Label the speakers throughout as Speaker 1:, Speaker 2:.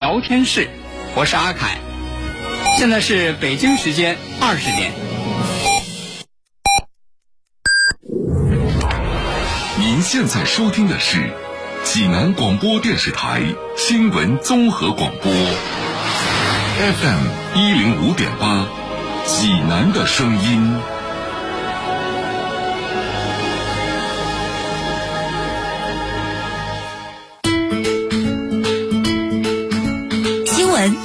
Speaker 1: 聊天室，我是阿凯。现在是北京时间二十点。
Speaker 2: 您现在收听的是济南广播电视台新闻综合广播，FM 一零五点八，济南的声音。
Speaker 3: 新闻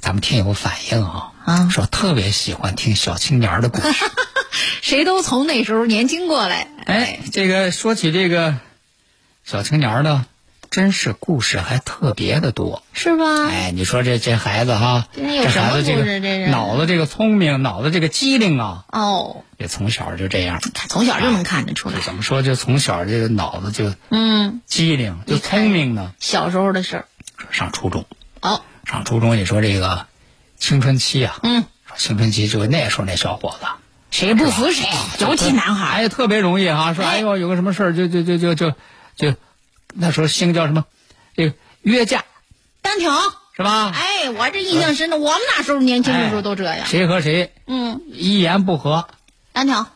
Speaker 1: 咱们听友反映啊，
Speaker 4: 啊
Speaker 1: 说特别喜欢听小青年儿的故 事。
Speaker 4: 谁都从那时候年轻过来。
Speaker 1: 哎，这个说起这个小青年儿呢，真是故事还特别的多。
Speaker 4: 是吧？
Speaker 1: 哎，你说这这孩子哈，
Speaker 4: 今啊天有
Speaker 1: 这孩子这
Speaker 4: 什么故
Speaker 1: 个
Speaker 4: 事这是
Speaker 1: 脑子这个聪明，脑子这个机灵啊，
Speaker 4: 哦，
Speaker 1: 也从小就这样。
Speaker 4: 他从小就能看得出来
Speaker 1: 这。怎么说？就从小这个脑子就
Speaker 4: 嗯，
Speaker 1: 机灵，就
Speaker 4: 你看
Speaker 1: 聪明呢。
Speaker 4: 小时候的事儿。
Speaker 1: 上初中，
Speaker 4: 哦，
Speaker 1: 上初中，你说这个青春期啊，
Speaker 4: 嗯，
Speaker 1: 说青春期就那时候那小伙子，
Speaker 4: 谁不服谁， 尤其男孩儿。
Speaker 1: 哎，特别容易哈、说
Speaker 4: 哎
Speaker 1: 哎呦有个什么事儿就就就就就就，那时候兴叫什么，这个约架
Speaker 4: 单挑。
Speaker 1: 是吧？哎
Speaker 4: 哎，我这印象深的，我们那时候年轻的时候都这样。
Speaker 1: 谁和谁
Speaker 4: 嗯，
Speaker 1: 一言不合，
Speaker 4: 单挑。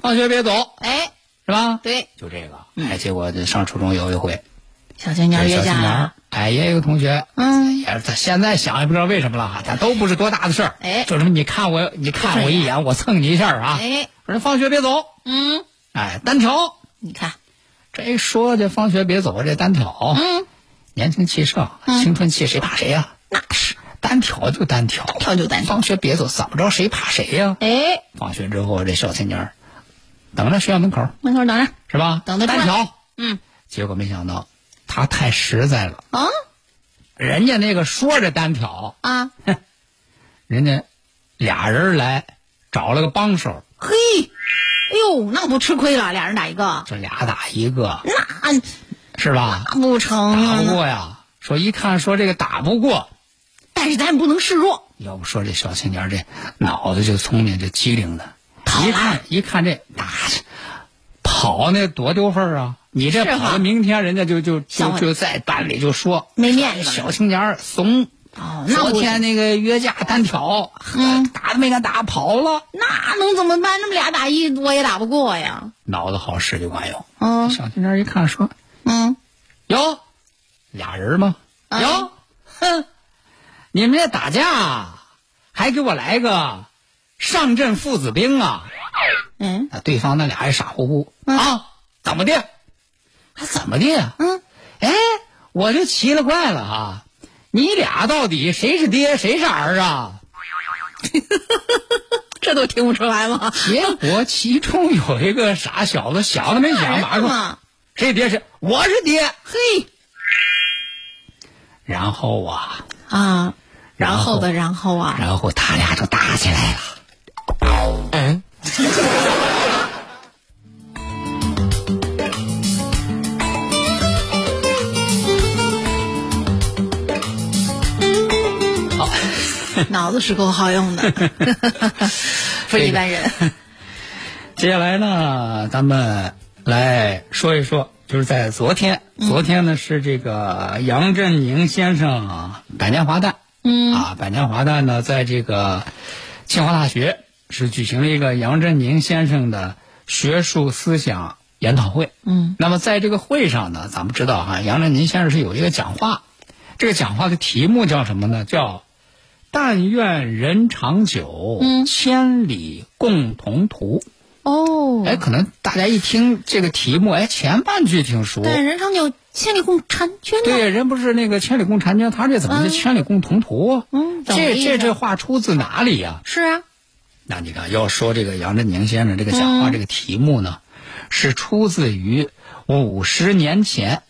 Speaker 1: 放学别走，
Speaker 4: 哎，
Speaker 1: 是吧？
Speaker 4: 对，
Speaker 1: 就这个，哎，结果这上初中有一回，
Speaker 4: 小青年
Speaker 1: 这
Speaker 4: 约
Speaker 1: 小青年儿
Speaker 4: 架。，
Speaker 1: 哎，也有个同学，
Speaker 4: 嗯，
Speaker 1: 也是他现在想也不知道为什么了哈，他都不是多大的事儿，
Speaker 4: 哎
Speaker 1: 就什么你看我，你看我一眼，我蹭你一下儿啊，
Speaker 4: 哎，
Speaker 1: 说放学别走，
Speaker 4: 嗯，
Speaker 1: 哎，单挑，
Speaker 4: 你看，
Speaker 1: 这一说这放学别走这单挑，
Speaker 4: 嗯，
Speaker 1: 年轻气盛，青春期谁怕谁呀？
Speaker 4: 那是。
Speaker 1: 单挑就单挑，单
Speaker 4: 挑就单挑
Speaker 1: 放学别走，怎么着谁怕谁呀？
Speaker 4: 哎，
Speaker 1: 放学之后这小青年儿等着学校门口儿
Speaker 4: 门口等着。
Speaker 1: 是吧？
Speaker 4: 等他出
Speaker 1: 单
Speaker 4: 来
Speaker 1: 挑，
Speaker 4: 嗯，
Speaker 1: 结果没想到他太实在了。
Speaker 4: 啊
Speaker 1: 人家那个说着单挑，
Speaker 4: 啊，
Speaker 1: 人家俩人来找了个帮手，
Speaker 4: 嘿，哎呦，那不吃亏了，俩人打一个，
Speaker 1: 这俩打一个
Speaker 4: 那
Speaker 1: 是吧？
Speaker 4: 那不成
Speaker 1: 打不
Speaker 4: 啊。
Speaker 1: 过呀，说一看说这个打不过，
Speaker 4: 但是咱不能示弱，
Speaker 1: 要不说这小青年这脑子就聪明，就机灵的，
Speaker 4: 啊
Speaker 1: 一看一看这那是跑那多丢份儿啊！你这
Speaker 4: 是哈
Speaker 1: 跑了，明天人家就就
Speaker 4: 想
Speaker 1: 就
Speaker 4: 我
Speaker 1: 就在班里就说
Speaker 4: 没面子了。
Speaker 1: 小青年儿怂。
Speaker 4: 嗯哦，那
Speaker 1: 昨
Speaker 4: 不
Speaker 1: 天
Speaker 4: 行，
Speaker 1: 那个约架单挑，
Speaker 4: 嗯
Speaker 1: 打都没敢打，跑了。
Speaker 4: 那能怎么办？那么俩打一，我也打不过呀。
Speaker 1: 脑子好使就管用。
Speaker 4: 嗯
Speaker 1: 小青年一看说
Speaker 4: 嗯，：“
Speaker 1: 哟，俩人吗？
Speaker 4: 啊
Speaker 1: 哟，哼，你们这打架还给我来个上阵父子兵啊！”
Speaker 4: 嗯
Speaker 1: 啊，对方那俩人傻乎乎、
Speaker 4: 嗯
Speaker 1: 啊，怎么的？还怎么的呀？
Speaker 4: 嗯，
Speaker 1: 哎，我就奇了怪了哈，你俩到底谁是爹谁是儿啊？
Speaker 4: 这都听不出来吗？
Speaker 1: 结果其中有一个傻小子想都没想，马上
Speaker 4: 人
Speaker 1: 说
Speaker 4: 嘛，
Speaker 1: 谁爹谁我是爹。
Speaker 4: 啊嘿
Speaker 1: 然后啊，
Speaker 4: 啊，
Speaker 1: 然
Speaker 4: 然
Speaker 1: 后
Speaker 4: 后的然后啊，
Speaker 1: 然后他俩就打起来了。嗯，
Speaker 4: 脑子是够好 用的，不是一般人。
Speaker 1: 接下来呢，咱们来说一说，就是在昨天，
Speaker 4: 嗯
Speaker 1: 昨天呢是这个杨振宁先生啊百年华诞，
Speaker 4: 嗯
Speaker 1: 啊，百年华诞呢，在这个清华大学是举行了一个杨振宁先生的学术思想研讨会。
Speaker 4: 嗯，
Speaker 1: 那么在这个会上呢，咱们知道哈、杨振宁先生是有一个讲话，这个讲话的题目叫什么呢？叫“但愿人长久，
Speaker 4: 嗯
Speaker 1: 千里共同途”
Speaker 4: 哦
Speaker 1: 哎，可能大家一听这个题目，哎，前半句挺熟。
Speaker 4: 但人长久，千里共婵娟呢。
Speaker 1: 对，人不是那个千里共婵娟，他这怎么就
Speaker 4: 嗯
Speaker 1: 千里共同途？
Speaker 4: 嗯懂
Speaker 1: 这
Speaker 4: 意
Speaker 1: 这
Speaker 4: 思
Speaker 1: 这话出自哪里呀、
Speaker 4: 是啊，
Speaker 1: 那你看，要说这个杨振宁先生这个讲
Speaker 4: 嗯
Speaker 1: 话这个题目呢，是出自于五十年前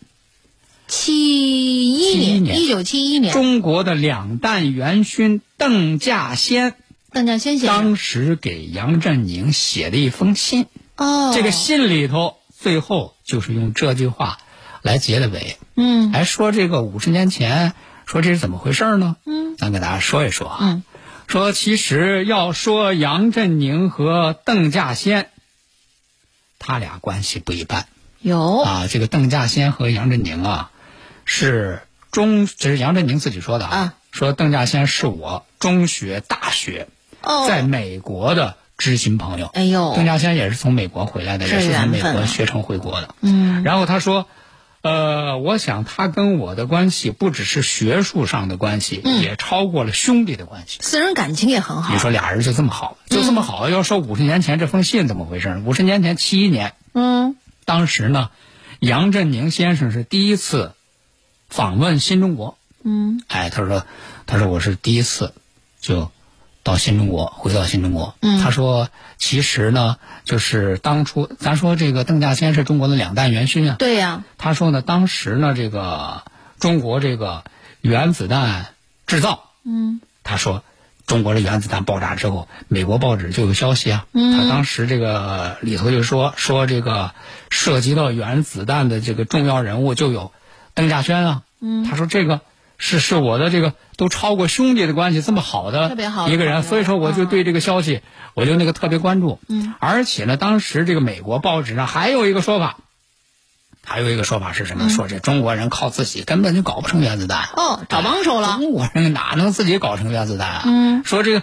Speaker 4: 七一
Speaker 1: 71
Speaker 4: 年，
Speaker 1: 年
Speaker 4: 一九七一年，
Speaker 1: 中国的两弹元勋邓稼先
Speaker 4: 邓稼先先生
Speaker 1: 当时给杨振宁写的一封信，
Speaker 4: 哦，
Speaker 1: 这个信里头最后就是用这句话来结的尾，
Speaker 4: 嗯
Speaker 1: 还哎说这个五十年前，说这是怎么回事呢？
Speaker 4: 嗯
Speaker 1: 咱给大家说一说啊。
Speaker 4: 嗯
Speaker 1: 说其实要说杨振宁和邓稼先，他俩关系不一般
Speaker 4: 有
Speaker 1: 啊。这个邓稼先和杨振宁啊，是中，这是杨振宁自己说的啊，
Speaker 4: 啊
Speaker 1: 说邓稼先是我中学、大学
Speaker 4: 哦，
Speaker 1: 在美国的知心朋友。
Speaker 4: 哎呦
Speaker 1: 邓稼先也是从美国回来的，
Speaker 4: 这
Speaker 1: 也是从
Speaker 4: 缘
Speaker 1: 美
Speaker 4: 分
Speaker 1: 国
Speaker 4: 啊
Speaker 1: 学成回国的。
Speaker 4: 嗯
Speaker 1: 然后他说，呃，我想他跟我的关系不只是学术上的关系，
Speaker 4: 嗯
Speaker 1: 也超过了兄弟的关系。
Speaker 4: 私人感情也很好
Speaker 1: 你，说俩人就这么好，就这
Speaker 4: 嗯
Speaker 1: 么好？要说五十年前这封信怎么回事呢？五十年前，七一年，
Speaker 4: 嗯
Speaker 1: 当时呢，杨振宁先生是第一次访问新中国。
Speaker 4: 嗯
Speaker 1: 哎，他说，他说我是第一次就到新中国，回到新中国。
Speaker 4: 嗯
Speaker 1: 他说，其实呢，就是当初咱说这个邓稼先是中国的两弹元勋啊，
Speaker 4: 对呀、
Speaker 1: 他说呢，当时呢，这个中国这个原子弹制造，
Speaker 4: 嗯
Speaker 1: 他说中国的原子弹爆炸之后，美国报纸就有消息啊，
Speaker 4: 嗯
Speaker 1: 他当时这个里头就说说这个涉及到原子弹的这个重要人物就有邓稼先啊，
Speaker 4: 嗯
Speaker 1: 他说这个。是是我的这个都超过兄弟的关系这么好的
Speaker 4: 特别好的
Speaker 1: 一个人，
Speaker 4: 朋友
Speaker 1: 所以说我就
Speaker 4: 嗯
Speaker 1: 对这个消息、我就那个特别关注，
Speaker 4: 嗯，
Speaker 1: 而且呢，当时这个美国报纸上还有一个说法，还有一个说法是什
Speaker 4: 嗯
Speaker 1: 么？说这中国人靠自己根本就搞不成原子弹。
Speaker 4: 哦，找帮手了，
Speaker 1: 中国人哪能自己搞成原子弹啊？
Speaker 4: 嗯
Speaker 1: 说这个，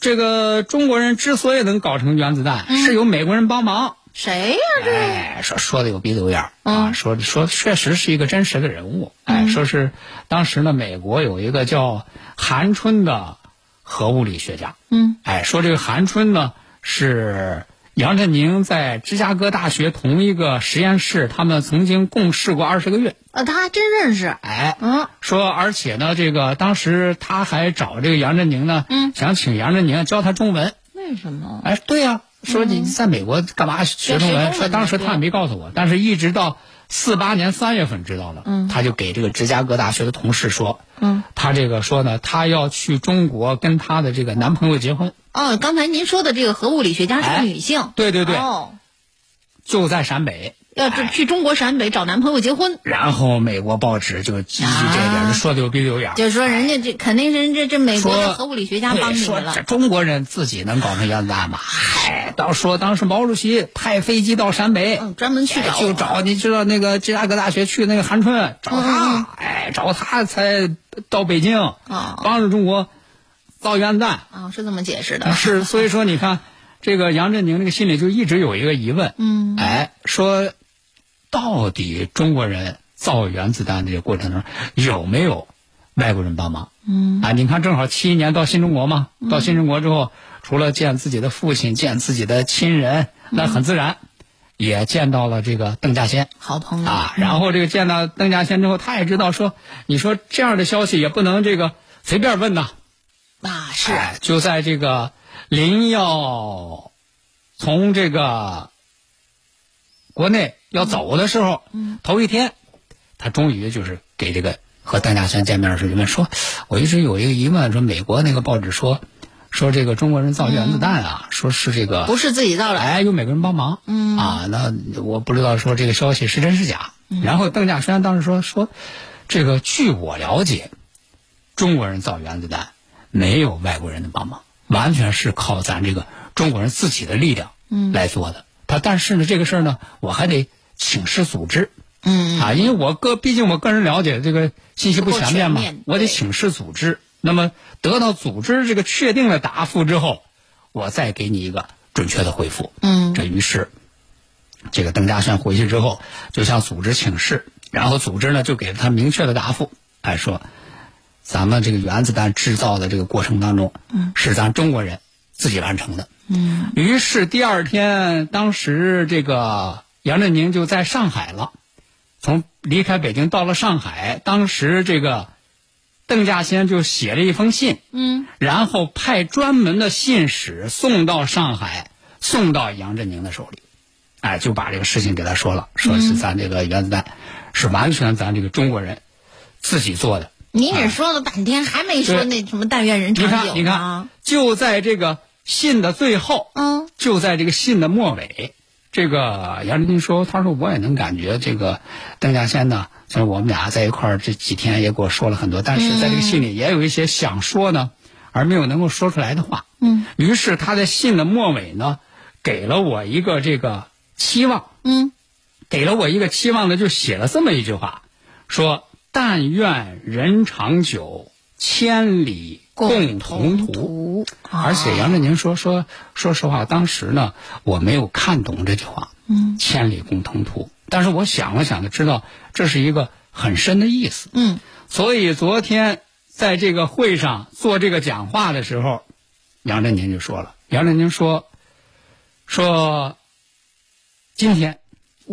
Speaker 1: 这个中国人之所以能搞成原子弹，
Speaker 4: 嗯
Speaker 1: 是有美国人帮忙。
Speaker 4: 谁呀、
Speaker 1: 哎，说说的有鼻子有眼儿、啊，
Speaker 4: 嗯
Speaker 1: 说说确实是一个真实的人物。哎，说是当时呢，美国有一个叫韩春的核物理学家，
Speaker 4: 嗯
Speaker 1: 哎，说这个韩春呢是杨振宁在芝加哥大学同一个实验室，他们曾经共事过二十个月。
Speaker 4: 啊，他还真认识，
Speaker 1: 哎，
Speaker 4: 嗯
Speaker 1: 说而且呢，这个当时他还找这个杨振宁呢，
Speaker 4: 嗯
Speaker 1: 想请杨振宁教他中文。
Speaker 4: 为什么？
Speaker 1: 哎，对呀、说你在美国干嘛学中文？
Speaker 4: 嗯学中文
Speaker 1: 说当时他也没告诉我，但是一直到四八年三月份知道了，
Speaker 4: 嗯
Speaker 1: 他就给这个芝加哥大学的同事说，
Speaker 4: 嗯，
Speaker 1: 他这个说呢，他要去中国跟他的这个男朋友结婚。
Speaker 4: 哦，刚才您说的这个核物理学家是
Speaker 1: 哎
Speaker 4: 个女性，
Speaker 1: 对对对，
Speaker 4: 哦，
Speaker 1: 就在陕北。
Speaker 4: 要去去中国陕北找男朋友结婚，
Speaker 1: 然后美国报纸就基于这一点，
Speaker 4: 啊
Speaker 1: 就说的有鼻子有眼儿。
Speaker 4: 就是说人家这肯定是人家这美国
Speaker 1: 说
Speaker 4: 的核物理学家
Speaker 1: 对
Speaker 4: 帮你
Speaker 1: 说
Speaker 4: 们了
Speaker 1: 这，中国人自己能搞成原子弹吗？嗨，当说当时毛主席派飞机到陕北，
Speaker 4: 嗯，专门去
Speaker 1: 哎
Speaker 4: 找
Speaker 1: 就找你知道那个芝加哥大学去那个韩春找
Speaker 4: 嗯嗯哦
Speaker 1: 他，哎，找他才到北京，帮着中国造原子弹。
Speaker 4: 啊，是这么解释 的，
Speaker 1: 是，所以说你看，这个杨振宁这个心里就一直有一个疑问，
Speaker 4: 嗯
Speaker 1: 哎，说到底中国人造原子弹这个过程中有没有外国人帮忙？
Speaker 4: 嗯
Speaker 1: 啊，你看正好七一年到新中国嘛，到新中国之后，除了见自己的父亲、见自己的亲人，
Speaker 4: 嗯
Speaker 1: 那很自然，也见到了这个邓稼先。
Speaker 4: 好朋友
Speaker 1: 啊，然后这个见到邓稼先之后，他也知道说，你说这样的消息也不能这个随便问呐，
Speaker 4: 啊是
Speaker 1: 哎，就在这个临要从这个国内要走的时候，
Speaker 4: 嗯
Speaker 1: 头一天，他终于就是给这个和邓稼先见面的时候就问说，我一直有一个疑问，说美国那个报纸说说这个中国人造原子弹啊，说是这个
Speaker 4: 嗯不是自己造的，
Speaker 1: 哎有美国人帮忙，
Speaker 4: 嗯
Speaker 1: 啊，那我不知道说这个消息是真是假。然后邓稼先当时说说，这个据我了解，中国人造原子弹没有外国人的帮忙，完全是靠咱这个中国人自己的力量
Speaker 4: 嗯
Speaker 1: 来做的。他但是呢，这个事儿呢，我还得请示组织
Speaker 4: 嗯
Speaker 1: 啊，因为我个毕竟我个人了解这个信息不全面嘛
Speaker 4: 不够全面，
Speaker 1: 我得
Speaker 4: 对
Speaker 1: 请示组织。那么得到组织这个确定的答复之后，我再给你一个准确的回复。
Speaker 4: 嗯
Speaker 1: 这于是，这个邓稼先回去之后，就向组织请示，然后组织呢就给了他明确的答复，哎说，咱们这个原子弹制造的这个过程当中，嗯，是咱中国人自己完成的。
Speaker 4: 嗯
Speaker 1: 于是第二天，当时这个杨振宁就在上海了，从离开北京到了上海，当时这个邓稼先就写了一封信，
Speaker 4: 嗯
Speaker 1: 然后派专门的信使送到上海，送到杨振宁的手里。哎，就把这个事情给他说了，说是咱这个原子弹、是完全咱这个中国人自己做的。
Speaker 4: 你只说了半天，还没说那什么但愿人
Speaker 1: 啊你
Speaker 4: 长久
Speaker 1: 看，你看
Speaker 4: 呢。，
Speaker 1: 就在这个信的最后，
Speaker 4: 嗯，
Speaker 1: 就在这个信的末尾，这个杨振宁说，他说我也能感觉这个邓稼先呢，就是我们俩在一块儿这几天也给我说了很多，但是在这个信里也有一些想说呢，而没有能够说出来的话。
Speaker 4: 嗯，
Speaker 1: 于是他在信的末尾呢，给了我一个这个期望，
Speaker 4: 嗯，
Speaker 1: 给了我一个期望呢，就写了这么一句话，说但愿人长久，千里共同途。
Speaker 4: 途，
Speaker 1: 而且杨振宁说说，说实话，当时呢，我没有看懂这句话，
Speaker 4: 嗯，
Speaker 1: 千里共同途。但是我想了想，就知道这是一个很深的意思。
Speaker 4: 嗯
Speaker 1: 所以昨天在这个会上做这个讲话的时候，杨振宁就说了，杨振宁说，说今天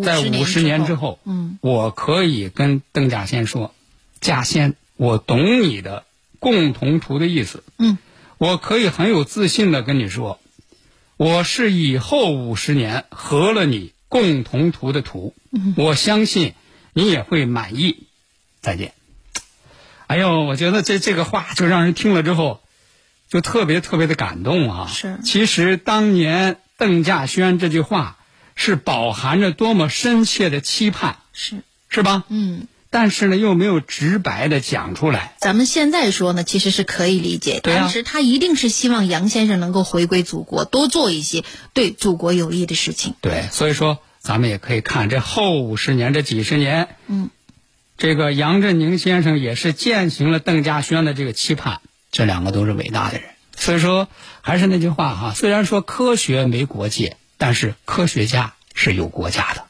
Speaker 1: 在
Speaker 4: 50
Speaker 1: 五十年之后，
Speaker 4: 嗯，
Speaker 1: 我可以跟邓稼先说，稼先，我懂你的共同途的意思，
Speaker 4: 嗯，
Speaker 1: 我可以很有自信的跟你说，我是以后五十年合了你共同途的途，我相信你也会满意。再见。哎呦，我觉得这这个话就让人听了之后，就特别特别的感动啊！
Speaker 4: 是
Speaker 1: 其实当年邓稼轩这句话是饱含着多么深切的期盼，
Speaker 4: 是，
Speaker 1: 是吧？
Speaker 4: 嗯，
Speaker 1: 但是呢，又没有直白的讲出来。
Speaker 4: 咱们现在说呢，其实是可以理解，
Speaker 1: 对啊
Speaker 4: 当时他一定是希望杨先生能够回归祖国，多做一些对祖国有益的事情。
Speaker 1: 对，所以说咱们也可以看这后五十年，这几十年，
Speaker 4: 嗯，
Speaker 1: 这个杨振宁先生也是践行了邓稼轩的这个期盼，这两个都是伟大的人。所以说，还是那句话哈，虽然说科学没国界，但是科学家是有国家的。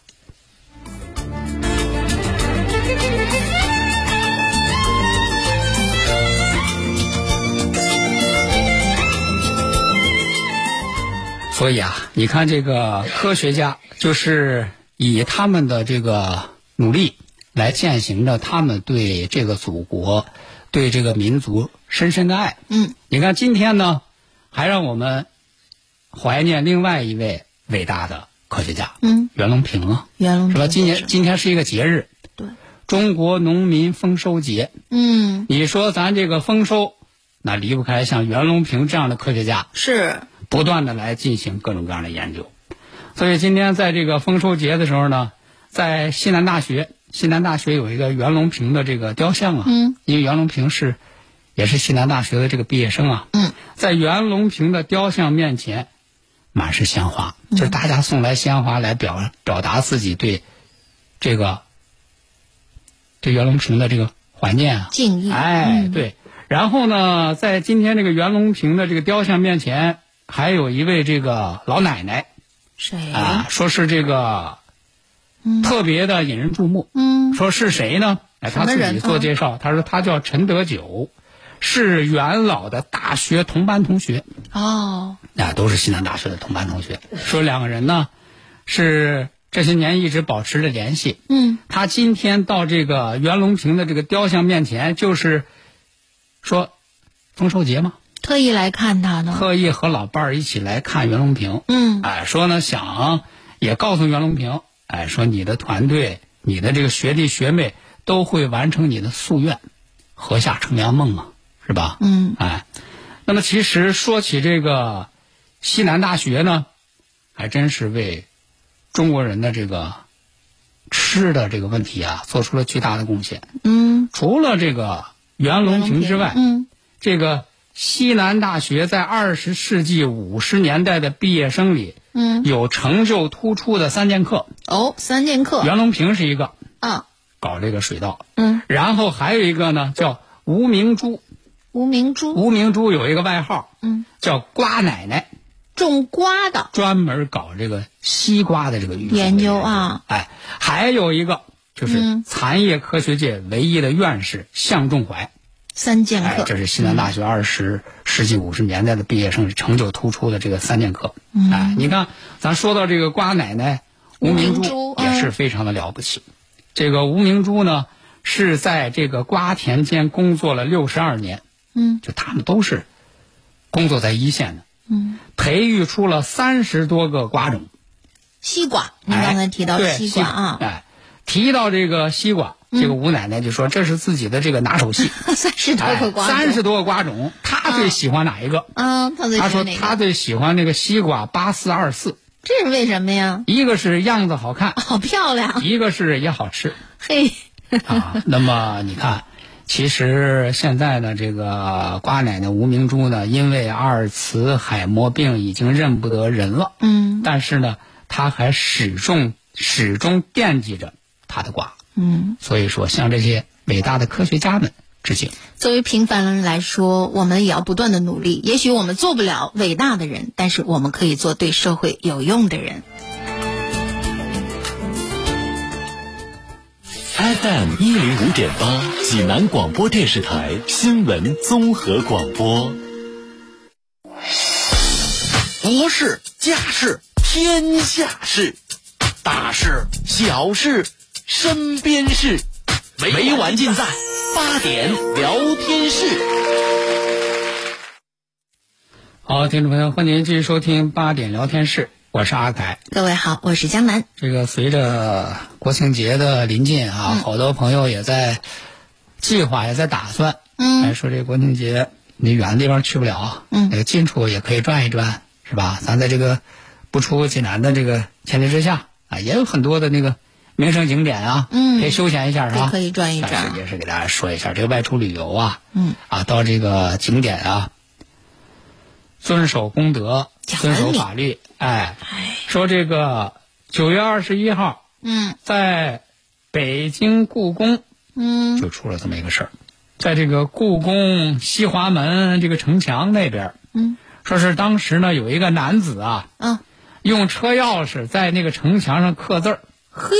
Speaker 1: 所以啊，你看这个科学家就是以他们的这个努力来践行着他们对这个祖国、对这个民族深深的爱。
Speaker 4: 嗯，
Speaker 1: 你看今天呢，还让我们怀念另外一位伟大的科学家，
Speaker 4: 嗯，
Speaker 1: 袁隆平啊，
Speaker 4: 袁隆
Speaker 1: 是
Speaker 4: 平
Speaker 1: 吧？今
Speaker 4: 先
Speaker 1: 年
Speaker 4: 生
Speaker 1: 今天是一个节日，
Speaker 4: 对，
Speaker 1: 中国农民丰收节。
Speaker 4: 嗯
Speaker 1: 你说咱这个丰收，那离不开像袁隆平这样的科学家，
Speaker 4: 是，
Speaker 1: 不断的来进行各种各样的研究。所以今天在这个丰收节的时候呢，在西南大学，西南大学有一个袁隆平的这个雕像啊，
Speaker 4: 嗯，
Speaker 1: 因为袁隆平是也是西南大学的这个毕业生啊，
Speaker 4: 嗯，
Speaker 1: 在袁隆平的雕像面前，满是鲜花，
Speaker 4: 嗯
Speaker 1: 就是大家送来鲜花来表表达自己对这个对袁隆平的这个怀念啊，
Speaker 4: 敬意
Speaker 1: 哎，对。然后呢，在今天这个袁隆平的这个雕像面前，还有一位这个老奶奶
Speaker 4: 谁？
Speaker 1: 啊，说是这个特别的引人注目。
Speaker 4: 嗯
Speaker 1: 说是谁呢？哎，他
Speaker 4: 什么
Speaker 1: 自
Speaker 4: 人啊
Speaker 1: 己做介绍，他说他叫陈德久，是袁老的大学同班同学，
Speaker 4: 哦，
Speaker 1: 啊，都是西南大学的同班同学。说两个人呢，是这些年一直保持着联系。
Speaker 4: 嗯
Speaker 1: 他今天到这个袁隆平的这个雕像面前，就是说丰收节嘛，
Speaker 4: 特意来看他呢。
Speaker 1: 特意和老伴儿一起来看袁隆平。
Speaker 4: 嗯
Speaker 1: 哎，说呢想也告诉袁隆平，哎，说你的团队、你的这个学弟学妹都会完成你的夙愿，禾下乘凉梦嘛，是吧？
Speaker 4: 嗯，
Speaker 1: 哎，那么其实说起这个西南大学呢，还真是为中国人的这个吃的这个问题啊，做出了巨大的贡献。
Speaker 4: 嗯，
Speaker 1: 除了这个袁隆平之外，
Speaker 4: 嗯
Speaker 1: 这个西南大学在二十世纪五十年代的毕业生里，
Speaker 4: 嗯，
Speaker 1: 有成就突出的三剑客，
Speaker 4: 哦，三剑客
Speaker 1: 袁隆平是一个
Speaker 4: 啊，
Speaker 1: 搞这个水稻，
Speaker 4: 嗯，
Speaker 1: 然后还有一个呢叫吴明珠，
Speaker 4: 吴明珠，
Speaker 1: 吴明珠有一个外号，
Speaker 4: 嗯，
Speaker 1: 叫瓜奶奶，
Speaker 4: 种瓜的，
Speaker 1: 专门搞这个西瓜的这个育种的
Speaker 4: 研究啊，
Speaker 1: 哎，还有一个就是
Speaker 4: 嗯
Speaker 1: 蚕业科学界唯一的院士向仲怀，
Speaker 4: 三剑
Speaker 1: 哎，
Speaker 4: 客，
Speaker 1: 这是西南大学二十世纪五十年代的毕业生成就突出的这个三剑客。
Speaker 4: 嗯
Speaker 1: 哎，你看，咱说到这个瓜奶奶吴明
Speaker 4: 吴明珠嗯
Speaker 1: 珠也是非常的了不起。这个吴明珠呢，是在这个瓜田间工作了六十二年，
Speaker 4: 嗯
Speaker 1: 就他们都是工作在一线的，
Speaker 4: 嗯，
Speaker 1: 培育出了三十多个瓜种，
Speaker 4: 西瓜，你刚才提到
Speaker 1: 哎对
Speaker 4: 西 瓜啊，嗯
Speaker 1: 哎，提到这个西瓜，这个吴奶奶就说这是自己的这个拿手戏，
Speaker 4: 哎三 十多个瓜，
Speaker 1: 哎三十、30，多个瓜种，她最喜欢哪一个？
Speaker 4: 嗯，他最
Speaker 1: 她
Speaker 4: 喜
Speaker 1: 说
Speaker 4: 欢哪
Speaker 1: 她
Speaker 4: 个？
Speaker 1: 最喜欢那个西瓜八四二 四，
Speaker 4: 这是为什么呀？
Speaker 1: 一个是样子好看，
Speaker 4: 好漂亮，
Speaker 1: 一个是也好吃
Speaker 4: 嘿，
Speaker 1: 啊。那么你看，其实现在呢，这个瓜奶奶吴明珠呢，因为阿尔茨海默病已经认不得人了，
Speaker 4: 嗯
Speaker 1: 但是呢，她还始终始终惦记着她的瓜。
Speaker 4: 嗯。
Speaker 1: 所以说，向这些伟大的科学家们致敬。
Speaker 4: 作为平凡人来说，我们也要不断的努力。也许我们做不了伟大的人，但是我们可以做对社会有用的人。
Speaker 5: FM 一零五点八，济南广播电视台新闻综合广播。国事、家事、天下事，大事、小事、身边事，每晚尽在八点聊天室。
Speaker 1: 好，听众朋友，欢迎您继续收听八点聊天室，我是阿凯。
Speaker 4: 各位好，我是江南。
Speaker 1: 这个随着国庆节的临近
Speaker 5: 嗯
Speaker 1: 啊，好多朋友也在计划，也在打算。
Speaker 4: 嗯
Speaker 1: 哎，说这国庆节你远的地方去不了，啊
Speaker 4: 嗯
Speaker 1: 那个近处也可以转一转，是吧？咱在这个不出济南的这个前提之下啊，也有很多的那个名胜景点啊，
Speaker 4: 嗯
Speaker 1: 可以休闲一哎下，是吧？
Speaker 4: 也可以转一转
Speaker 1: 但是也是给大家说一下，这个外出旅游啊，
Speaker 4: 嗯，
Speaker 1: 啊，到这个景点啊，遵守公德，
Speaker 4: 讲
Speaker 1: 遵守
Speaker 4: 文明
Speaker 1: 法律，哎，说这个九月二十一号
Speaker 4: 嗯
Speaker 1: 在北京故宫
Speaker 4: 嗯
Speaker 1: 就出了这么一个事儿，在这个故宫西华门这个城墙那边儿，
Speaker 4: 嗯
Speaker 1: 说是当时呢有一个男子啊，
Speaker 4: 啊，
Speaker 1: 用车钥匙在那个城墙上刻字儿，
Speaker 4: 嘿，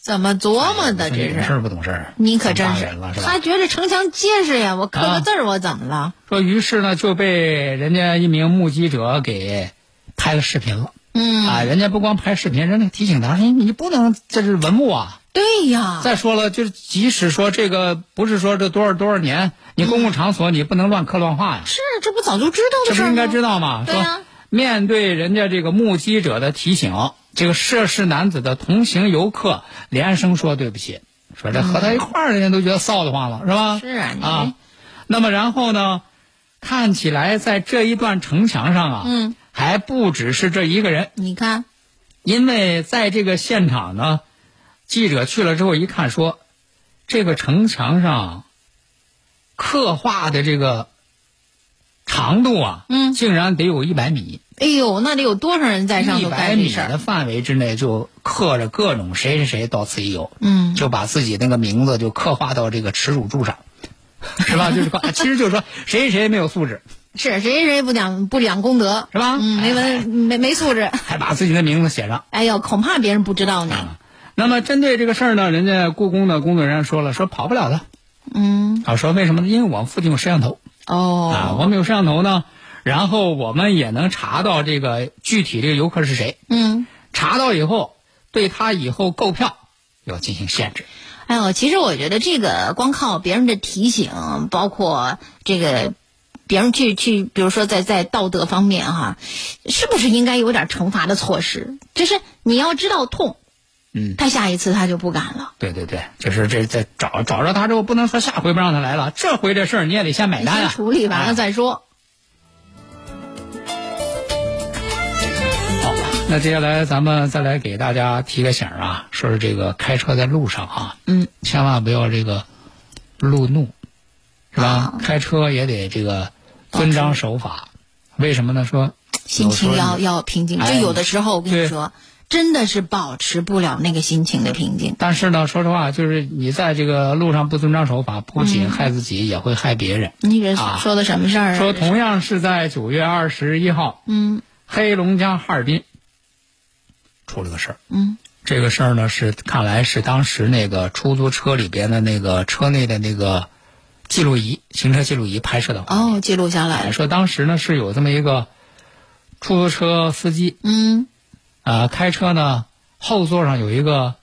Speaker 4: 怎么琢磨的
Speaker 1: 哎你
Speaker 4: 这
Speaker 1: 懂事
Speaker 4: 是？
Speaker 1: 儿不懂事儿？
Speaker 4: 你可真
Speaker 1: 当
Speaker 4: 是
Speaker 1: 人了，是吧
Speaker 4: 他？觉得城墙结实呀，我刻
Speaker 1: 啊
Speaker 4: 个字儿我怎么了？
Speaker 1: 说于是呢就被人家一名目击者给拍了视频了。
Speaker 4: 嗯，
Speaker 1: 啊，人家不光拍视频，人家提醒他，哎，你不能这是文物啊。
Speaker 4: 对呀，
Speaker 1: 再说了，就是即使说这个不是说这多少多少年，你公共场所你不能乱刻乱画呀，
Speaker 4: 是这不早就知道
Speaker 1: 这不
Speaker 4: 的事儿
Speaker 1: 应该知
Speaker 4: 道。
Speaker 1: 道吗？
Speaker 4: 对呀
Speaker 1: 说面对人家这个目击者的提醒，这个涉事男子的同行游客连声说对不起，说这和他一块儿人家都觉得臊得慌了，是吧？
Speaker 4: 是啊你这
Speaker 1: 啊，那么然后呢，看起来在这一段城墙上啊，
Speaker 4: 嗯，
Speaker 1: 还不只是这一个人。
Speaker 4: 你看，
Speaker 1: 因为在这个现场呢，记者去了之后一看说，这个城墙上刻画的这个长度啊，
Speaker 4: 嗯
Speaker 1: 竟然得有一百米，
Speaker 4: 哎呦，那得有多少人在上
Speaker 1: 一
Speaker 4: 头
Speaker 1: 百
Speaker 4: 干
Speaker 1: 米
Speaker 4: 这事儿？
Speaker 1: 的范围之内就刻着各种谁谁谁到此一游，
Speaker 4: 嗯
Speaker 1: 就把自己那个名字就刻画到这个耻辱柱上， 是吧？就是说，哎其实就是说谁谁没有素质，
Speaker 4: 是谁谁不讲不讲功德
Speaker 1: 是吧
Speaker 4: 嗯，没文没没素质。
Speaker 1: 还把自己的名字写上。
Speaker 4: 哎呦，恐怕别人不知道呢。
Speaker 1: 那么针对这个事儿呢，人家故宫的工作人员说了，说跑不了的。
Speaker 4: 嗯，
Speaker 1: 啊，说为什么呢？因为我们附近有摄像头啊，
Speaker 4: 哦，
Speaker 1: 我们有摄像头呢，然后我们也能查到这个具体这个游客是谁。
Speaker 4: 嗯，
Speaker 1: 查到以后，对他以后购票要进行限制。
Speaker 4: 哎呦，其实我觉得这个光靠别人的提醒，包括这个别人去去，比如说在在道德方面哈，是不是应该有点惩罚的措施？就是你要知道痛，
Speaker 1: 嗯
Speaker 4: 他下一次他就不敢了。
Speaker 1: 对对对，就是这这找找着他之后，不能说下回不让他来了，这回这事儿你也得先买
Speaker 4: 你
Speaker 1: 单
Speaker 4: 先
Speaker 1: 啊。
Speaker 4: 处理完了
Speaker 1: 哎
Speaker 4: 再说。
Speaker 1: 好，那接下来咱们再来给大家提个醒儿啊，说是这个开车在路上啊，
Speaker 4: 嗯，
Speaker 1: 千万不要这个路怒，是吧？
Speaker 4: 啊
Speaker 1: 开车也得这个遵章守法。为什么呢？说
Speaker 4: 心情
Speaker 1: 有时
Speaker 4: 要
Speaker 1: 候你
Speaker 4: 要平静。
Speaker 1: 哎
Speaker 4: 就有的时候，我跟
Speaker 1: 对
Speaker 4: 你说，真的是保持不了那个心情的平静。
Speaker 1: 但是呢，说实话，就是你在这个路上不遵章守法，
Speaker 4: 嗯
Speaker 1: 不仅害自己，也会害别人。
Speaker 4: 你这
Speaker 1: 啊
Speaker 4: 说的什么事儿啊？
Speaker 1: 说同样是在九月二十一号，
Speaker 4: 嗯
Speaker 1: 黑龙江哈尔滨出了个事儿。
Speaker 4: 嗯
Speaker 1: 这个事儿呢，是看来是当时那个出租车里边的那个车内的那个记录仪、行车记录仪拍摄的画面。
Speaker 4: 哦，记录下来
Speaker 1: 哎
Speaker 4: 了。
Speaker 1: 说当时呢是有这么一个出租车司机，
Speaker 4: 嗯
Speaker 1: 啊，开车呢后座上有一个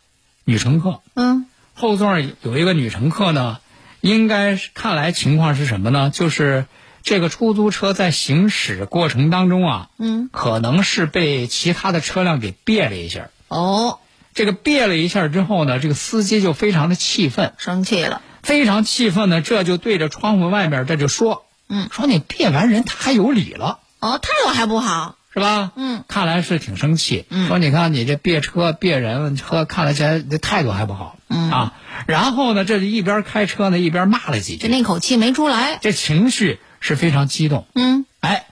Speaker 1: 女乘客，
Speaker 4: 嗯
Speaker 1: 后座有一个女乘客呢，应该是看来情况是什么呢？就是这个出租车在行驶过程当中啊，
Speaker 4: 嗯，
Speaker 1: 可能是被其他的车辆给别了一下儿。
Speaker 4: 哦，
Speaker 1: 这个别了一下儿之后呢，这个司机就非常的气愤，
Speaker 4: 生气了，
Speaker 1: 非常气愤呢，这就对着窗户外面这就说，
Speaker 4: 嗯，
Speaker 1: 说你别完人，他还有理了。
Speaker 4: 哦，态度还不好，
Speaker 1: 是吧？
Speaker 4: 嗯，
Speaker 1: 看来是挺生气。
Speaker 4: 嗯
Speaker 1: 说你看你这别车别人车，看来这这态度还不好。
Speaker 4: 嗯
Speaker 1: 啊，然后呢，这就一边开车呢，一边骂了几句，
Speaker 4: 就那口气没出来，
Speaker 1: 这情绪是非常激动。
Speaker 4: 嗯
Speaker 1: 哎，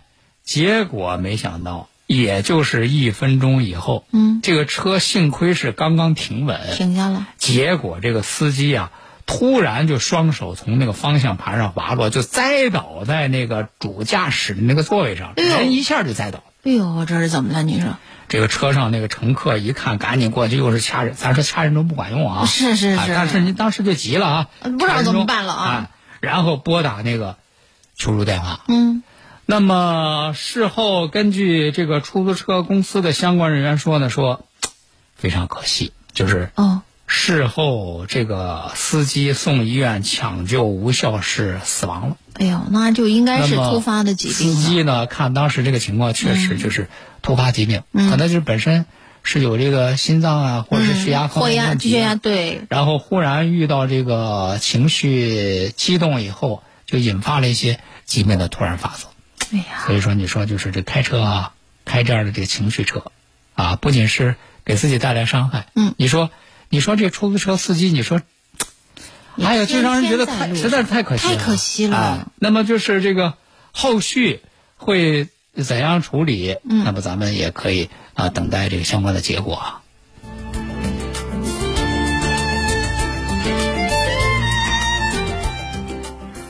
Speaker 1: 结果没想到，也就是一分钟以后，
Speaker 4: 嗯，
Speaker 1: 这个车幸亏是刚刚停稳，
Speaker 4: 停下了，
Speaker 1: 结果这个司机啊，突然就双手从那个方向盘上滑落，就栽倒在那个主驾驶的那个座位上，
Speaker 4: 哎呦
Speaker 1: 人一下就栽倒了。
Speaker 4: 哎呦，这是怎么了？你说
Speaker 1: 这个车上那个乘客一看，赶紧过去，又是掐人。咱说掐人中不管用啊，
Speaker 4: 是是
Speaker 1: 啊
Speaker 4: 是
Speaker 1: 但是您当时就急了啊，
Speaker 4: 呃不知道怎么办了啊
Speaker 1: 掐人中然后拨打那个求助电话。
Speaker 4: 嗯
Speaker 1: 那么事后根据这个出租车公司的相关人员说呢，说嘖非常可惜，就是
Speaker 4: 哦，
Speaker 1: 事后这个司机送医院抢救无效是死亡了。
Speaker 4: 哎呦，那就应该是
Speaker 1: 那么
Speaker 4: 突发的疾
Speaker 1: 司
Speaker 4: 病了，嗯
Speaker 1: 机呢，看当时这个情况，确实就是突发疾病，
Speaker 4: 嗯
Speaker 1: 可能就是本身是有这个心脏啊，或者是血压方
Speaker 4: 或
Speaker 1: 面的
Speaker 4: 压
Speaker 1: 问题啊
Speaker 4: 血压，对，
Speaker 1: 然后忽然遇到这个情绪激动以后，就引发了一些疾病的突然发作。
Speaker 4: 哎呀，
Speaker 1: 所以说，你说就是这开车啊，开这样的这个情绪车，啊，不仅是给自己带来伤害，
Speaker 4: 嗯
Speaker 1: 你说，你说这出租车司机，你说，哎呀，这让人觉得太
Speaker 4: 天天在路上
Speaker 1: 实在是太可惜了，
Speaker 4: 太可惜了
Speaker 1: 哎那么就是这个后续会怎样处理？
Speaker 4: 嗯
Speaker 1: 那么咱们也可以啊，等待这个相关的结果啊。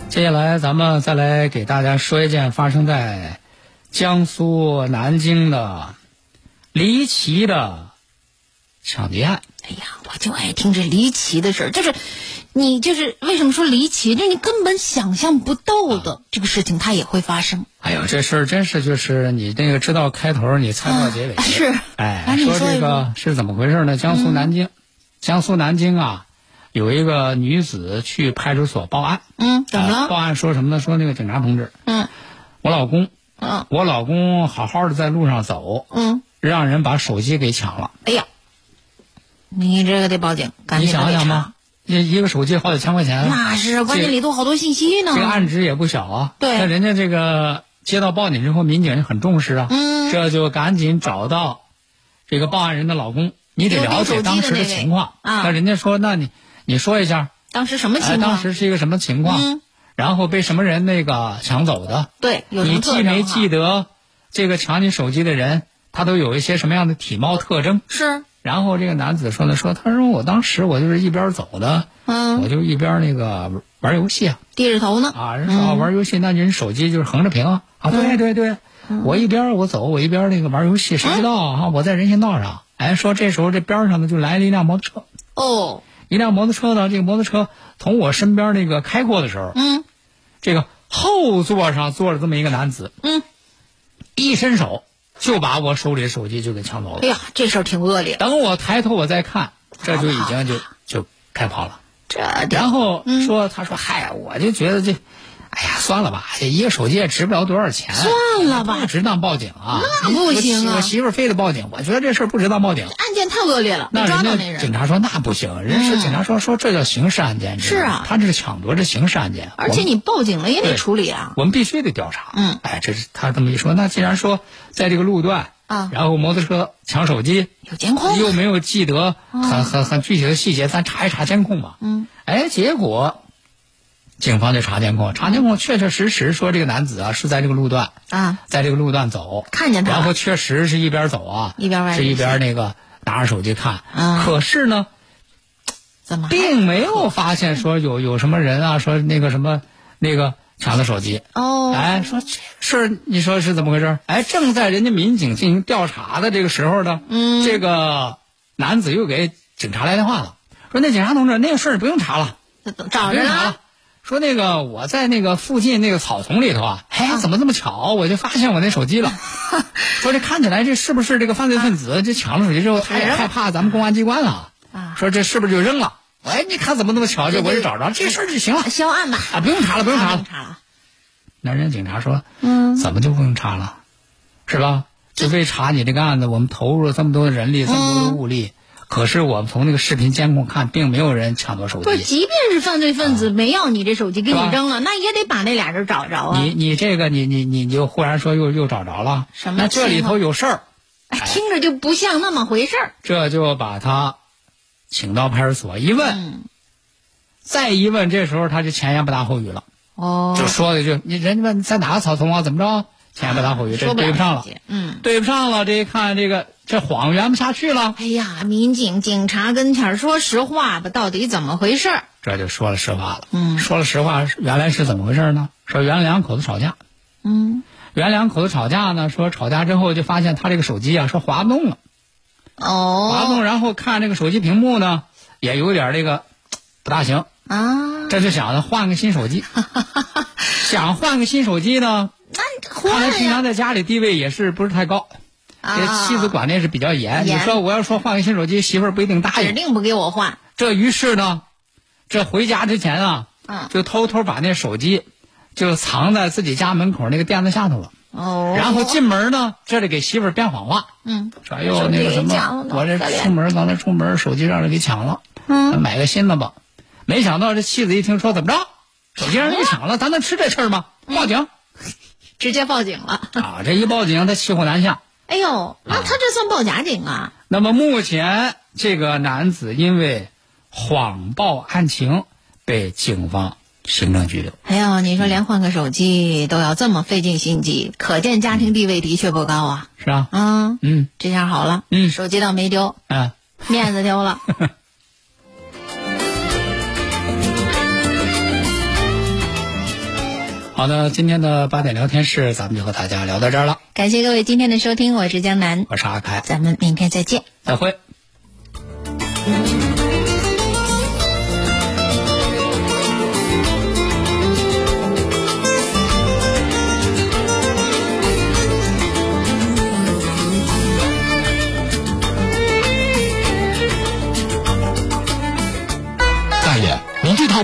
Speaker 1: 接下来，咱们再来给大家说一件发生在江苏南京的离奇的抢劫案。
Speaker 4: 哎呀，我就爱听这离奇的事儿，就是你就是为什么说离奇，就是你根本想象不到
Speaker 1: 啊
Speaker 4: 的这个事情，它也会发生。
Speaker 1: 哎呦，这事儿真是就是你那个知道开头，你猜不到 结尾。
Speaker 4: 啊是啊
Speaker 1: 哎，
Speaker 4: 你
Speaker 1: 说
Speaker 4: 说一嗯
Speaker 1: 这个是怎么回事呢？江苏南京，江苏南京啊，有一个女子去派出所报案。
Speaker 4: 嗯，怎么
Speaker 1: 啊报
Speaker 4: 了？
Speaker 1: 案说什么呢？说那个警察同志，
Speaker 4: 嗯
Speaker 1: 我老公，
Speaker 4: 嗯
Speaker 1: 我老公好好的在路上走，
Speaker 4: 嗯，
Speaker 1: 让人把手机给抢了。
Speaker 4: 哎呀，你这个得报警，赶
Speaker 1: 你
Speaker 4: 紧
Speaker 1: 想
Speaker 4: 给
Speaker 1: 想
Speaker 4: 查
Speaker 1: 吧，一一个手机好几千块钱，啊
Speaker 4: 那是，关键里头好多信息呢
Speaker 1: 这。个案值也不小啊。
Speaker 4: 嗯对
Speaker 1: 那人家这个接到报警之后，民警也很重视啊。
Speaker 4: 嗯
Speaker 1: 这就赶紧找到这个报案人的老公，你得了解当时的情况
Speaker 4: 有丢手机的那位啊
Speaker 1: 那人家说，那你你说一下，
Speaker 4: 当时什么
Speaker 1: 哎，
Speaker 4: 情况？
Speaker 1: 当时是一个什么情况？
Speaker 4: 嗯，
Speaker 1: 然后被什么人那个抢走的？
Speaker 4: 对，有什
Speaker 1: 你
Speaker 4: 么特
Speaker 1: 记
Speaker 4: 征啊
Speaker 1: 没
Speaker 4: 哈
Speaker 1: 记得这个抢你手机的人，他都有一些什么样的体貌特征？
Speaker 4: 是，
Speaker 1: 然后这个男子说呢，说他说我当时我就是一边走呢，我
Speaker 4: 嗯，
Speaker 1: 就一边那个玩游戏啊。
Speaker 4: 低着头呢。
Speaker 1: 啊，人
Speaker 4: 嗯
Speaker 1: 说、啊玩游戏，那人手机就是横着屏啊。啊，对对对，
Speaker 4: 嗯
Speaker 1: 我一边我走，我一边那个玩游戏，谁知道啊？我在人行道上，哎，说这时候这边上呢就来了一辆摩托车，
Speaker 4: 哦，
Speaker 1: 一辆摩托车呢，这个摩托车从我身边那个开过的时候，
Speaker 4: 嗯
Speaker 1: 这个后座上坐着这么一个男子，
Speaker 4: 嗯，
Speaker 1: 一伸手就把我手里的手机就给抢走
Speaker 4: 哎
Speaker 1: 了。
Speaker 4: 呀，这事儿挺恶劣，
Speaker 1: 等我抬头我再看，这就已经就就开跑了。
Speaker 4: 这得
Speaker 1: 然后说，他说：“嗨，我就觉得这，哎呀，算了吧，这一个手机也值不了多少钱，
Speaker 4: 算了吧
Speaker 1: 不值当报警啊，
Speaker 4: 那不行啊
Speaker 1: 我媳我媳妇儿非得报警，我觉得这事儿不值当报警。
Speaker 4: 案件太恶劣了，没
Speaker 1: 那
Speaker 4: 抓到
Speaker 1: 人
Speaker 4: 那
Speaker 1: 家
Speaker 4: 人嗯
Speaker 1: 警。察说那不行，人是警察说说这叫刑事案件，
Speaker 4: 是啊
Speaker 1: 他这是抢夺，这刑事案件，
Speaker 4: 而且
Speaker 1: 我们
Speaker 4: 你报警了也得
Speaker 1: 对
Speaker 4: 处理啊。
Speaker 1: 我们必须得调查。
Speaker 4: 嗯
Speaker 1: 哎，这是他这么一说，那既然说在这个路段
Speaker 4: 啊
Speaker 1: 然后摩托车抢手机，
Speaker 4: 有监控啊
Speaker 1: 又没有记得很很很具体的细节，咱查一查监控吧。
Speaker 4: 嗯，
Speaker 1: 哎，结果警方就查监控，查监控确确实实说这个男子啊是在这个路段，
Speaker 4: 啊，
Speaker 1: 在这个路段走，
Speaker 4: 看见他了
Speaker 1: 然后确实是一边走啊，
Speaker 4: 一边玩
Speaker 1: 是一
Speaker 4: 游
Speaker 1: 边
Speaker 4: 戏
Speaker 1: 那个拿着手机看，
Speaker 4: 啊
Speaker 1: 可是呢，
Speaker 4: 怎么还？
Speaker 1: 并没有发现说有有什么人啊，说那个什么那个抢的手机。
Speaker 4: 哦，
Speaker 1: 哎，说这事儿，你说是怎么回事？哎，正在人家民警进行调查的这个时候呢，
Speaker 4: 嗯
Speaker 1: 这个男子又给警察来电话了，说那警察同志，那个事儿不用查了，
Speaker 4: 找
Speaker 1: 不
Speaker 4: 着
Speaker 1: 用查
Speaker 4: 了
Speaker 1: 了。。说那个我在那个附近那个草丛里头啊，哎，怎么这么巧，我就发现我那手机 了。说这看起来这是不是这个犯罪分子这抢了手机之后，他也害怕咱们公安机关了
Speaker 4: 啊，
Speaker 1: 说这是不是就扔了？哎，你看怎么那么巧，这我就找着这事儿就行了
Speaker 4: 消案吧，
Speaker 1: 啊，不用查了，不用查
Speaker 4: 查
Speaker 1: 了
Speaker 4: 了。查了。
Speaker 1: 那人家警察说，
Speaker 4: 嗯
Speaker 1: 怎么就不用查了，是吧？就为查你这个案子，我们投入了这么多的人力，这么
Speaker 4: 嗯
Speaker 1: 多的物力，可是我们从那个视频监控看，并没有人抢夺手
Speaker 4: 不是，
Speaker 1: 机。
Speaker 4: 即便是犯罪分子没要你这手机给
Speaker 1: 啊是吧
Speaker 4: 你扔了，那也得把那俩人找着啊！
Speaker 1: 你你这个你你你你就忽然说又又找着了，
Speaker 4: 什么
Speaker 1: 那这里头有事儿，
Speaker 4: 哎听着就不像那么回事儿。
Speaker 1: 这就把他请到派出所一问，
Speaker 4: 嗯，
Speaker 1: 再一问，这时候他就前言不搭后语了，
Speaker 4: 哦，
Speaker 1: 就说了一句：“你人家问你在哪个草丛啊？怎么着？”前言不搭后语，这
Speaker 4: 说不
Speaker 1: 对
Speaker 4: 了
Speaker 1: 不上了
Speaker 4: 自，己嗯，
Speaker 1: 对不上了。这一看，这个这谎圆不下去了，
Speaker 4: 哎呀，民警、警察跟前儿说实话吧，到底怎么回事儿？
Speaker 1: 这就说了实话了。
Speaker 4: 嗯
Speaker 1: 说了实话，原来是怎么回事呢？说原来两口子吵架，
Speaker 4: 嗯，
Speaker 1: 原来两口子吵架呢，说吵架之后就发现他这个手机啊，说滑不动了。滑
Speaker 4: 哦，
Speaker 1: 动，然后看这个手机屏幕呢，也有点这个不大行，
Speaker 4: 啊，
Speaker 1: 这就想着换个新手 机。想换个新手机呢，
Speaker 4: 那
Speaker 1: 看来
Speaker 4: 换
Speaker 1: 平
Speaker 4: 呀
Speaker 1: 常在家里地位也是不是太高，这
Speaker 4: 啊，
Speaker 1: 妻子管的也是比较严。你
Speaker 4: 严
Speaker 1: 说我要说换个新手机，媳妇儿不一定答
Speaker 4: 指
Speaker 1: 应。
Speaker 4: 定不给我换。
Speaker 1: 这于是呢，这回家之前啊，
Speaker 4: 嗯，
Speaker 1: 就偷偷把那手机就藏在自己家门口那个垫子下头了。
Speaker 4: 哦，
Speaker 1: 然后进门呢，这里给媳妇儿编谎话，
Speaker 4: 嗯
Speaker 1: 说哎呦那个什
Speaker 4: 手机给抢
Speaker 1: 么，
Speaker 4: 了
Speaker 1: 我这
Speaker 4: 可怜
Speaker 1: 出门刚才出门手机让人给抢了。
Speaker 4: 嗯，
Speaker 1: 买个新的吧。没想到这妻子一听说怎么着，手机让人给抢了，咱能吃这事儿吗？
Speaker 4: 嗯
Speaker 1: 报警、
Speaker 4: 直接报警了。
Speaker 1: 啊！这一报警，他骑虎难下。
Speaker 4: 哎呦，
Speaker 1: 啊
Speaker 4: 那他这算报假警啊？
Speaker 1: 那么目前这个男子因为谎报案情被警方行政拘留。
Speaker 4: 哎呦，你说
Speaker 1: 嗯
Speaker 4: 连换个手机都要这么费尽心机，可见家庭地位的确不高啊。
Speaker 1: 是啊，
Speaker 4: 嗯，
Speaker 1: 嗯
Speaker 4: 这下好了，
Speaker 1: 嗯
Speaker 4: 手机倒没丢，
Speaker 1: 嗯，
Speaker 4: 面子丢了。
Speaker 1: 好的，今天的八点聊天室咱们就和大家聊到这儿了。
Speaker 4: 感谢各位今天的收听，我是江南，
Speaker 1: 我是阿凯，
Speaker 4: 咱们明天再见。
Speaker 1: 再会。
Speaker 5: 大爷，您这套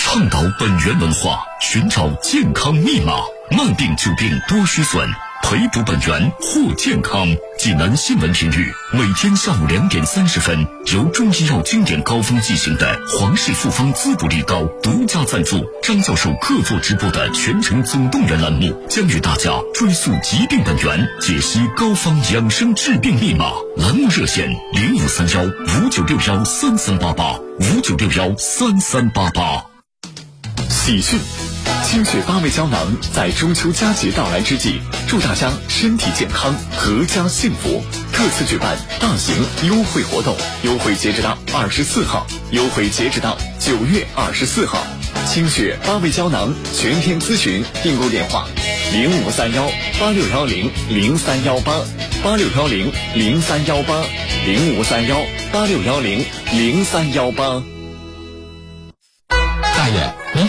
Speaker 2: 倡导本源文化，寻找健康密码。慢病久病多虚损，培补本源护健康。济南新闻频率每天下午两点三十分，由中医药经典膏方进行的皇氏复方滋补力膏独家赞助，张教授客座直播的全程总动员栏目，将与大家追溯疾病本源，解析膏方养生治病密码。栏目热线零五三幺五九六幺三三八八五九六幺三三八八。喜讯！清血八味胶囊在中秋佳节到来之际，祝大家身体健康、阖家幸福。特此举办大型优惠活动，优惠截止到二十四号，优惠截止到九月二十四号。清血八味胶囊全天咨询订购电话：零五三幺八六幺零零三幺八八六幺零零三幺八零五三幺八六幺零零三幺八。
Speaker 5: 大爷，您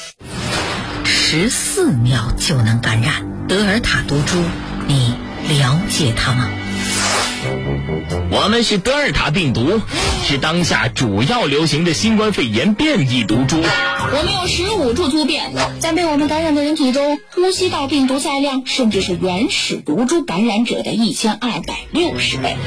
Speaker 3: 十四秒就能感染德尔塔毒株，你了解它吗？
Speaker 6: 我们是德尔塔病毒，是当下主要流行的新冠肺炎变异毒株。
Speaker 7: 我们有十五处突变，在被我们感染的人体中，呼吸道病毒载量甚至是原始毒株感染者的一千二百六十倍。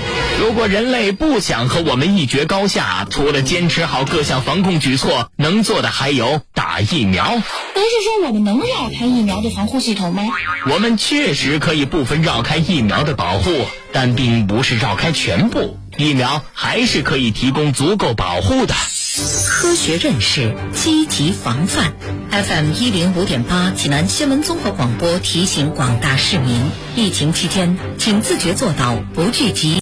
Speaker 6: 如果人类不想和我们一决高下，除了坚持好各项防控举措，能做的还有打疫苗。
Speaker 4: 不是说我们能绕开疫苗的防护系统吗？
Speaker 2: 我们确实可以部分绕开疫苗的保护，但并不是绕开全部。疫苗还是可以提供足够保护的。
Speaker 3: 科学认识，积极防范。FM 一零五点八，济南新闻综合广播提醒广大市民：疫情期间，请自觉做到不聚集。